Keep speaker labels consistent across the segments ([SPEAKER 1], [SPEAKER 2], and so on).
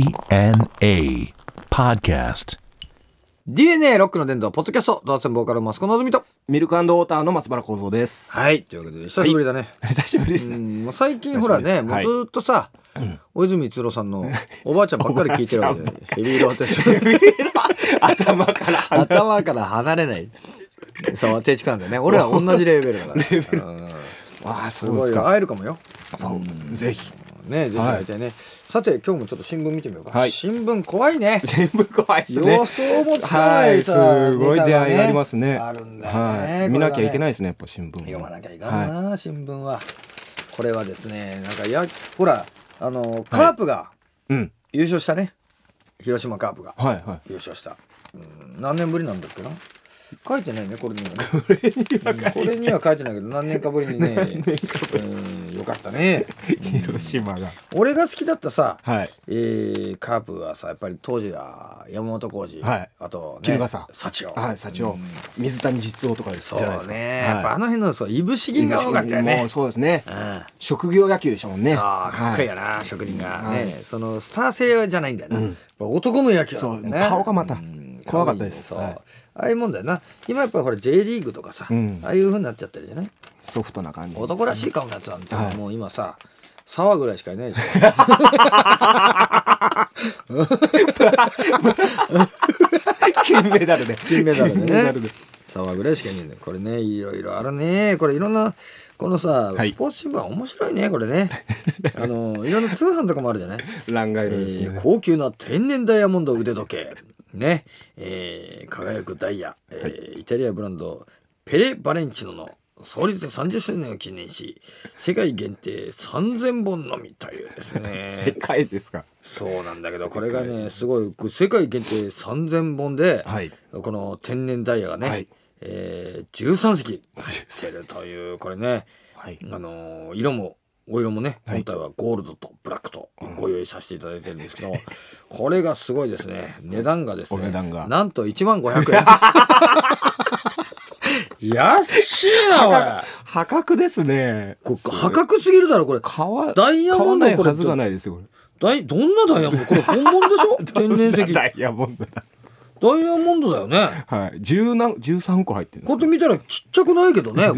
[SPEAKER 1] DNA Podcast.
[SPEAKER 2] DNA ロックの伝道ポッドキャスト、ドアセンボーカルマスコのぞみと。
[SPEAKER 3] ミルクウォーターの松原幸 三です。
[SPEAKER 2] はい、ということで、久しぶりだね。
[SPEAKER 3] 久しぶりです
[SPEAKER 2] う
[SPEAKER 3] ね。
[SPEAKER 2] ん、もう最近ほらね、もう
[SPEAKER 3] はい
[SPEAKER 2] ずーっとさ、大泉逸郎さん のおばあちゃんばっかり聞いてるわけで、ヘビーローテーション。
[SPEAKER 3] 頭 から離れ
[SPEAKER 2] 頭から離れない。そう、定置感だよね。俺ら同じレベルだから。うん
[SPEAKER 3] ああ、そ
[SPEAKER 2] す
[SPEAKER 3] うで
[SPEAKER 2] ごい
[SPEAKER 3] す
[SPEAKER 2] よ。
[SPEAKER 3] か。
[SPEAKER 2] 会えるかもよ。
[SPEAKER 3] そうぜひ。
[SPEAKER 2] ね、ぜひ会いたいね。さて、今日もちょっと新聞見てみようか。
[SPEAKER 3] はい
[SPEAKER 2] 新聞怖いね。
[SPEAKER 3] 全部怖いですね。
[SPEAKER 2] 予想もつかないさ
[SPEAKER 3] はい、すご
[SPEAKER 2] ネ
[SPEAKER 3] い
[SPEAKER 2] タ
[SPEAKER 3] 出
[SPEAKER 2] がね
[SPEAKER 3] 会いがありますね。
[SPEAKER 2] あるんだよね
[SPEAKER 3] は
[SPEAKER 2] これがね
[SPEAKER 3] い。見なきゃいけないですね、やっぱ新聞。
[SPEAKER 2] 読まなきゃいかんな、新聞は。これはですね、なんかや、ほら、あの、カープが
[SPEAKER 3] うん。
[SPEAKER 2] 優勝したね。広島カープが
[SPEAKER 3] はいはい。
[SPEAKER 2] 優勝した。うん、何年ぶりなんだっけな。書いてないね、これにはね。うんこれには書いてないけど、何年かぶりにね。うん、よかったね。
[SPEAKER 3] 広島が。
[SPEAKER 2] 俺が好きだったさ、
[SPEAKER 3] はい。
[SPEAKER 2] えーカープはさやっぱり当時は山本浩二、
[SPEAKER 3] はい
[SPEAKER 2] あと、ね、
[SPEAKER 3] 衣笠
[SPEAKER 2] 幸男
[SPEAKER 3] はい、社長。水谷実夫とかです
[SPEAKER 2] そう
[SPEAKER 3] じゃない
[SPEAKER 2] ね
[SPEAKER 3] ですか。
[SPEAKER 2] やっぱあの辺のそういぶし銀が多かったよ
[SPEAKER 3] も
[SPEAKER 2] ね
[SPEAKER 3] うそうですね
[SPEAKER 2] う。ん
[SPEAKER 3] 職業野球でしたもんね。
[SPEAKER 2] そうかっこいいよ
[SPEAKER 3] は
[SPEAKER 2] な、職人が、
[SPEAKER 3] はい
[SPEAKER 2] ねそのスター性じゃないんだよな、やっぱ男の野球なんだよね
[SPEAKER 3] そう顔がまた
[SPEAKER 2] うん
[SPEAKER 3] 怖かったです
[SPEAKER 2] そう、
[SPEAKER 3] はい
[SPEAKER 2] ああいうもんだよな今やっぱりほら J リーグとかさ、
[SPEAKER 3] うん
[SPEAKER 2] ああいうふうになっちゃってるじゃない
[SPEAKER 3] ソフトな感じ。
[SPEAKER 2] 男らしい顔のやつなんて、
[SPEAKER 3] はい
[SPEAKER 2] もう今さ沢ぐらいしかいないでしょ
[SPEAKER 3] 金メダルで。
[SPEAKER 2] 金メダルでね
[SPEAKER 3] 金メダルで。
[SPEAKER 2] 沢ぐらいしかいないんだよこれねいろいろあるねこれいろんなこのさ、
[SPEAKER 3] はい
[SPEAKER 2] スポーツ新聞は面白いねこれ ねあのいろんな通販とかもあるじゃない
[SPEAKER 3] 乱外
[SPEAKER 2] え
[SPEAKER 3] のです
[SPEAKER 2] ー
[SPEAKER 3] ね。
[SPEAKER 2] 高級な天然ダイヤモンド腕時計、ねえー輝くダイヤ、えーイタリアブランドペレ・バレンチノの創立30周年を記念し世界限定3000本のみというです
[SPEAKER 3] 世
[SPEAKER 2] ね
[SPEAKER 3] 界ですか。
[SPEAKER 2] そうなんだけどこれがねすごい世界限定3000本で、
[SPEAKER 3] はい
[SPEAKER 2] この天然ダイヤがね、
[SPEAKER 3] はい
[SPEAKER 2] えー13隻出るというこれね
[SPEAKER 3] はい。
[SPEAKER 2] あのー色もお色もね
[SPEAKER 3] はい
[SPEAKER 2] 本体はゴールドとブラックとご用意させていただいてるんですけど、これがすごいですね値段がですね
[SPEAKER 3] お値段が
[SPEAKER 2] なんと1万500円 安いなこれ
[SPEAKER 3] 破格ですね。
[SPEAKER 2] これ破格すぎるだろこれ
[SPEAKER 3] 買わ
[SPEAKER 2] ダイヤモンド
[SPEAKER 3] 買
[SPEAKER 2] こ
[SPEAKER 3] わ
[SPEAKER 2] れ
[SPEAKER 3] ないはずがないですよこ
[SPEAKER 2] ダイどんなダイヤモンドこれ本物でしょ 天然
[SPEAKER 3] れ
[SPEAKER 2] 石ダ
[SPEAKER 3] ダイヤモンドだ
[SPEAKER 2] イヤモンドだよね
[SPEAKER 3] はい十何十三個入ってるん
[SPEAKER 2] こうやって見たらちっちゃくないけどねこ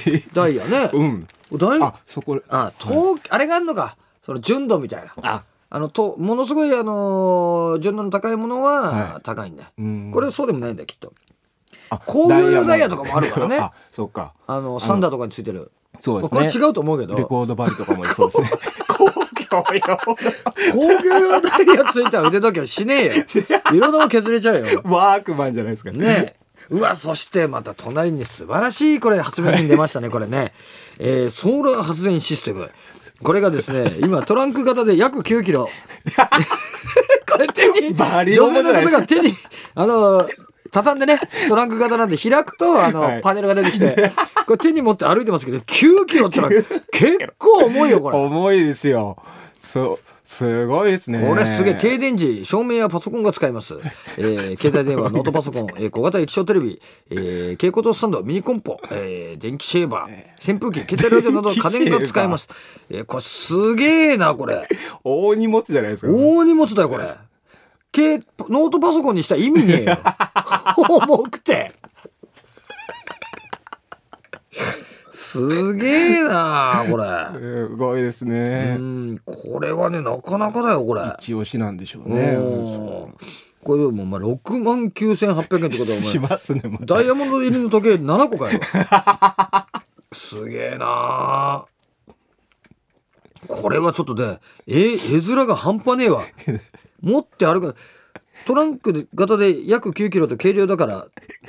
[SPEAKER 2] れ
[SPEAKER 3] です
[SPEAKER 2] ダイヤね
[SPEAKER 3] うん
[SPEAKER 2] ダイ
[SPEAKER 3] あそこ
[SPEAKER 2] あ東、あれがあるのかその純度みたいな
[SPEAKER 3] あ
[SPEAKER 2] あのとものすごい、あのー純度の高いもの
[SPEAKER 3] は
[SPEAKER 2] はい高いんだよ、
[SPEAKER 3] うん
[SPEAKER 2] これそうでもないんだよきっと
[SPEAKER 3] あ
[SPEAKER 2] 工業用ダ
[SPEAKER 3] ダ
[SPEAKER 2] イ
[SPEAKER 3] イ
[SPEAKER 2] ヤ
[SPEAKER 3] ヤ
[SPEAKER 2] と
[SPEAKER 3] と
[SPEAKER 2] か
[SPEAKER 3] か
[SPEAKER 2] もあるからね
[SPEAKER 3] あそうか
[SPEAKER 2] あのサンダーとかについてる
[SPEAKER 3] そうですね
[SPEAKER 2] これ違うと思うけど
[SPEAKER 3] レ
[SPEAKER 2] 工
[SPEAKER 3] コード針とかもそうですね工業用
[SPEAKER 2] 業用ダイヤついた腕時計はしねえ よ色玉削れちゃうよ
[SPEAKER 3] のワークマンじゃないですか
[SPEAKER 2] ねえうわそしてまた隣に素晴らしいこれ発明品出ましたねこれね、えーソーラー発電システムこれがです ね今トランク型で約9キロこれ手に
[SPEAKER 3] バ
[SPEAKER 2] 女
[SPEAKER 3] リ重
[SPEAKER 2] 性の
[SPEAKER 3] じゃない
[SPEAKER 2] ため
[SPEAKER 3] ですか
[SPEAKER 2] が手にあの畳んでねトランク型なんで開くとあの、
[SPEAKER 3] はい
[SPEAKER 2] パネルが出てきてこれ手に持って歩いてますけど9キロってのは結構重いよこれ。
[SPEAKER 3] 重いですよそうすごいですね
[SPEAKER 2] これすげえ停電時照明やパソコンが使えます、えー 携帯電話ノートパソコン、えー小型液晶テレビ、えー蛍光灯スタンドミニコンポ、えー電気シェーバー扇風機携帯ラジオなど
[SPEAKER 3] 電気シェーバ
[SPEAKER 2] 家
[SPEAKER 3] ー
[SPEAKER 2] 電が使えます、えーこれすげえなこれ
[SPEAKER 3] 大荷物じゃないですか
[SPEAKER 2] 大荷物だよこれ携ノートパソコンにしたら意味ねえよ重くてすげえなこれ
[SPEAKER 3] すごいですね
[SPEAKER 2] うんこれはねなかなかだよこれ
[SPEAKER 3] 一押しなんでしょう
[SPEAKER 2] ね、
[SPEAKER 3] ね
[SPEAKER 2] これでもまあ6万9800円ってことは
[SPEAKER 3] し
[SPEAKER 2] お前
[SPEAKER 3] ますねまた
[SPEAKER 2] ダイヤモンド入りの時計7個買えば すげえなあこれはちょっとねえ絵面が半端ね えわ持って歩くトランク型で約9キロと軽量だから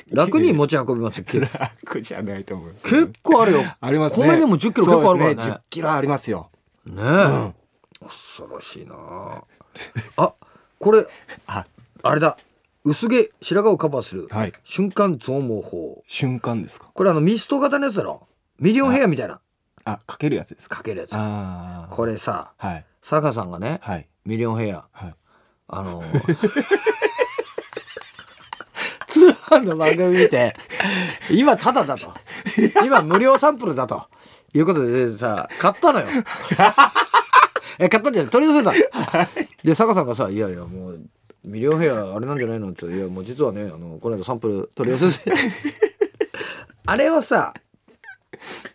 [SPEAKER 2] 楽に持ち運び ますよけ
[SPEAKER 3] 楽じゃないと思う
[SPEAKER 2] 結構あるよ
[SPEAKER 3] ありますね。
[SPEAKER 2] 米でも10キロ結構あるからね
[SPEAKER 3] そうです10キロありますよ。
[SPEAKER 2] ねえ、恐ろしいなああこれ
[SPEAKER 3] あ、
[SPEAKER 2] あれだ薄毛白髪をカバーする、
[SPEAKER 3] はい
[SPEAKER 2] 瞬間増毛法
[SPEAKER 3] 瞬間ですか。
[SPEAKER 2] これあのミスト型のやつだろミリオンヘアみたいな
[SPEAKER 3] あ、かけるやつですか。
[SPEAKER 2] かけるやつ
[SPEAKER 3] ああ。
[SPEAKER 2] これさ
[SPEAKER 3] はい。
[SPEAKER 2] 坂さんがね
[SPEAKER 3] はい。
[SPEAKER 2] ミリオンヘア
[SPEAKER 3] はい。
[SPEAKER 2] あの 通販の番組見て今タダだと今無料サンプルだということでさ買ったのよ え買ったんじゃない取り寄せた、で坂さんがさ「いやいやもうミリオンヘアあれなんじゃないの?」って言って「いやもう実はねあのこの間サンプル取り寄 せてあれはさ、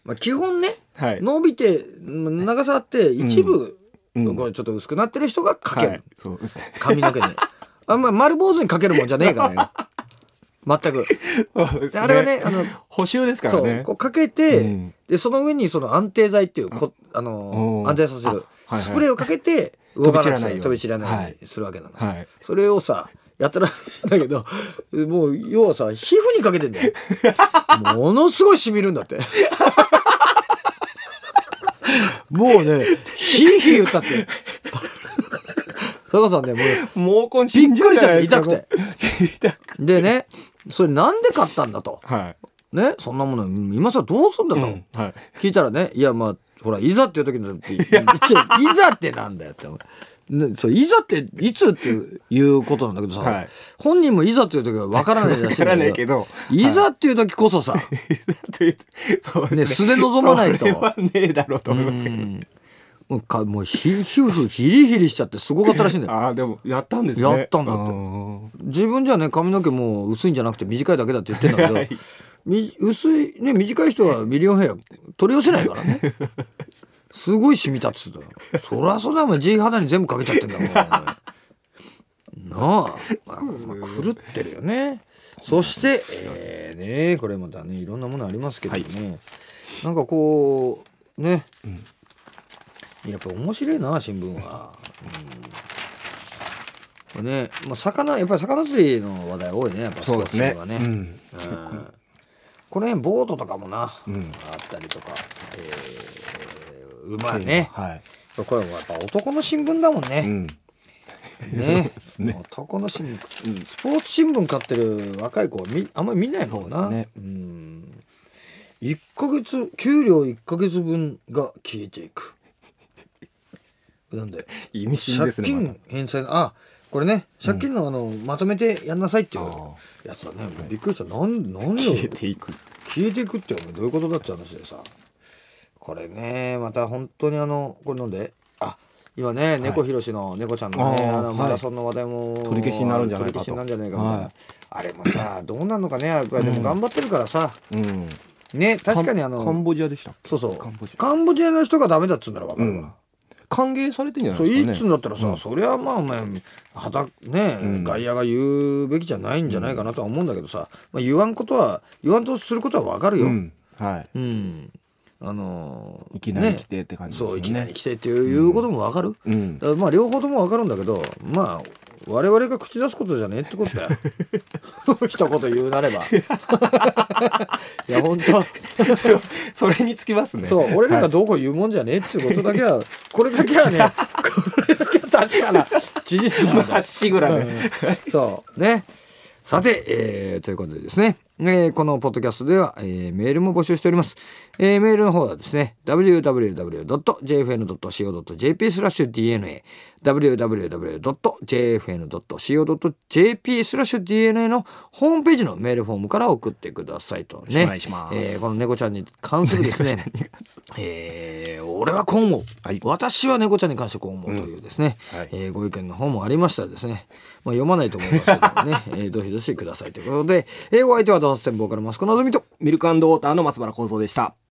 [SPEAKER 2] まあ、基本ね、
[SPEAKER 3] はい
[SPEAKER 2] 伸びてうん長さあって一部、
[SPEAKER 3] うん
[SPEAKER 2] これちょっと薄くなってる人がかける、
[SPEAKER 3] はい、そうですね。
[SPEAKER 2] 髪の毛に あんま丸坊主にかけるもんじゃねえからよ全く
[SPEAKER 3] そうです
[SPEAKER 2] であれはねあの
[SPEAKER 3] 補修ですから
[SPEAKER 2] そう
[SPEAKER 3] ね
[SPEAKER 2] こ。うかけて、
[SPEAKER 3] うん
[SPEAKER 2] でその上にその安定剤っていうこあのー
[SPEAKER 3] おー
[SPEAKER 2] 安定させる、
[SPEAKER 3] あはいはい
[SPEAKER 2] スプレーをかけて動かなくて飛び
[SPEAKER 3] 飛び
[SPEAKER 2] 散
[SPEAKER 3] 散
[SPEAKER 2] ら
[SPEAKER 3] らない
[SPEAKER 2] ない
[SPEAKER 3] ように
[SPEAKER 2] ようにするわけなの、
[SPEAKER 3] はい。
[SPEAKER 2] それをさやったらだけどもう要はさ皮膚にかけてんだよものすごい染みるんだって もうねヒーヒー言ったって 坂さんねもう
[SPEAKER 3] 毛根死んじゃうじゃないですか。
[SPEAKER 2] びっく
[SPEAKER 3] くて。痛くて。
[SPEAKER 2] でねそれなんで買ったんだと
[SPEAKER 3] はい。
[SPEAKER 2] ねそんなもの今さどうすんだと、
[SPEAKER 3] うんはい。
[SPEAKER 2] 聞いたらねいやまあほらいざっていう時のいやいざってなんだよってねそういざっていつっていうことなんだけどさ、
[SPEAKER 3] はい
[SPEAKER 2] 本人もいざっていう時は分からないらしいんだ
[SPEAKER 3] わからないけど
[SPEAKER 2] いざっていう時こそさ、
[SPEAKER 3] という そうです
[SPEAKER 2] ね素で臨まないと
[SPEAKER 3] それはねえだろうと思いますけど。
[SPEAKER 2] もうかもうひ皮膚ヒリヒリしちゃってすごかったらしいんだよ
[SPEAKER 3] ああでもやったんですね。
[SPEAKER 2] やったんだって
[SPEAKER 3] うん
[SPEAKER 2] 自分じゃね髪の毛もう薄いんじゃなくて短いだけだって言ってんだけど、み薄いね短い人はミリオンヘア取り寄せないからねすごい染み立ってたよそりゃそうだよお前地肌に全部かけちゃってんだ もんお前なあ、まあまあ狂ってるよねそして、えーねこれまたねいろんなものありますけどね、なんかこうね、やっぱ面白いな新聞は。うんこれね、まあ、魚やっぱり魚釣りの話題多いねやっぱスポ
[SPEAKER 3] そう
[SPEAKER 2] ー
[SPEAKER 3] で
[SPEAKER 2] ツ
[SPEAKER 3] す
[SPEAKER 2] 紙
[SPEAKER 3] ね。
[SPEAKER 2] はね。
[SPEAKER 3] うん。
[SPEAKER 2] うんこの辺ボートとかもな、
[SPEAKER 3] ん
[SPEAKER 2] あったりとか、えー、馬ね、
[SPEAKER 3] はい。
[SPEAKER 2] これもやっぱ男の新聞だもん
[SPEAKER 3] う
[SPEAKER 2] ね,、
[SPEAKER 3] ん。
[SPEAKER 2] ね
[SPEAKER 3] すね
[SPEAKER 2] 男の新聞、スポーツ新聞買ってる若い子はみあんまり見ないもんな
[SPEAKER 3] そううですね
[SPEAKER 2] ん1ヶ月給料1ヶ月分が消えていくなんで
[SPEAKER 3] 意味深
[SPEAKER 2] 借
[SPEAKER 3] ですね。また
[SPEAKER 2] 金返済のあこれね借金のあの、まとめてやんなさいっていうやつだねびっくりしたなんなんよ
[SPEAKER 3] 消えていく。
[SPEAKER 2] 消えていくってお前どういうことだって話でさこれねまた本当にあのこれ飲んであ今ね猫ひろしの猫ちゃんのね、
[SPEAKER 3] あー
[SPEAKER 2] あの
[SPEAKER 3] はい
[SPEAKER 2] マラソンの話題も、
[SPEAKER 3] 取り消しになるんじゃないか
[SPEAKER 2] 取り消
[SPEAKER 3] と
[SPEAKER 2] しになんじゃないかみたいな、
[SPEAKER 3] はい
[SPEAKER 2] あれもさどうなんのかねやっぱりでも頑張ってるからさ、
[SPEAKER 3] うん。
[SPEAKER 2] ね確かにあの
[SPEAKER 3] カンボジアでしたっけ。
[SPEAKER 2] そうそうカ
[SPEAKER 3] カンボジア
[SPEAKER 2] ンボジアの人がダメだっつうんなら分か
[SPEAKER 3] う
[SPEAKER 2] るわ、
[SPEAKER 3] ん。歓迎されてんじゃない
[SPEAKER 2] そう
[SPEAKER 3] で
[SPEAKER 2] い
[SPEAKER 3] す
[SPEAKER 2] い
[SPEAKER 3] か
[SPEAKER 2] っ
[SPEAKER 3] ね。
[SPEAKER 2] つうんだったらさ、
[SPEAKER 3] うん
[SPEAKER 2] それはまあお前肌ね、
[SPEAKER 3] うん
[SPEAKER 2] 外野が言うべきじゃないんじゃないかなとは思うんだけどさ、まあ、言わんことは言わんとすることは分かるよ、
[SPEAKER 3] うん。はい。
[SPEAKER 2] うん、あのー
[SPEAKER 3] いきなり来てって感じです
[SPEAKER 2] そう
[SPEAKER 3] よ
[SPEAKER 2] いきなり
[SPEAKER 3] ね。
[SPEAKER 2] 来てっていうこともわかる、
[SPEAKER 3] う ん
[SPEAKER 2] だ。からまあ両方ともわかるんだけどまあ我々が口出すことじゃねえって ことだよ一言言うなればいや本当
[SPEAKER 3] そそれにつきますね。
[SPEAKER 2] そう俺らがどうこう言うもんじゃねえっていうことだけはこれだけは ねこれだけは確かな事実なんだよ
[SPEAKER 3] まっしぐらね。
[SPEAKER 2] そうね。さて、えーということでですね、えーこのポッドキャストでは、えーメールも募集しております。えーメールの方はですね、www.jfn.co.jp スラッシュ DNA、www.jfn.co.jp スラッシュ DNA のホームページのメールフォームから送ってくださいとね。
[SPEAKER 3] お願いします
[SPEAKER 2] えーこの猫ちゃんに関するですね、えー俺は今後、
[SPEAKER 3] はい
[SPEAKER 2] 私は猫ちゃんに関してこう思うというですね、
[SPEAKER 3] うんはい
[SPEAKER 2] えーご意見の方もありましたらですね、まあ、読まないと思いますけど ね、えーどしどしくださいということで、えーお相手はドハステンボーカルマスコのぞみと
[SPEAKER 3] ミルクウォーターの松原幸三でした。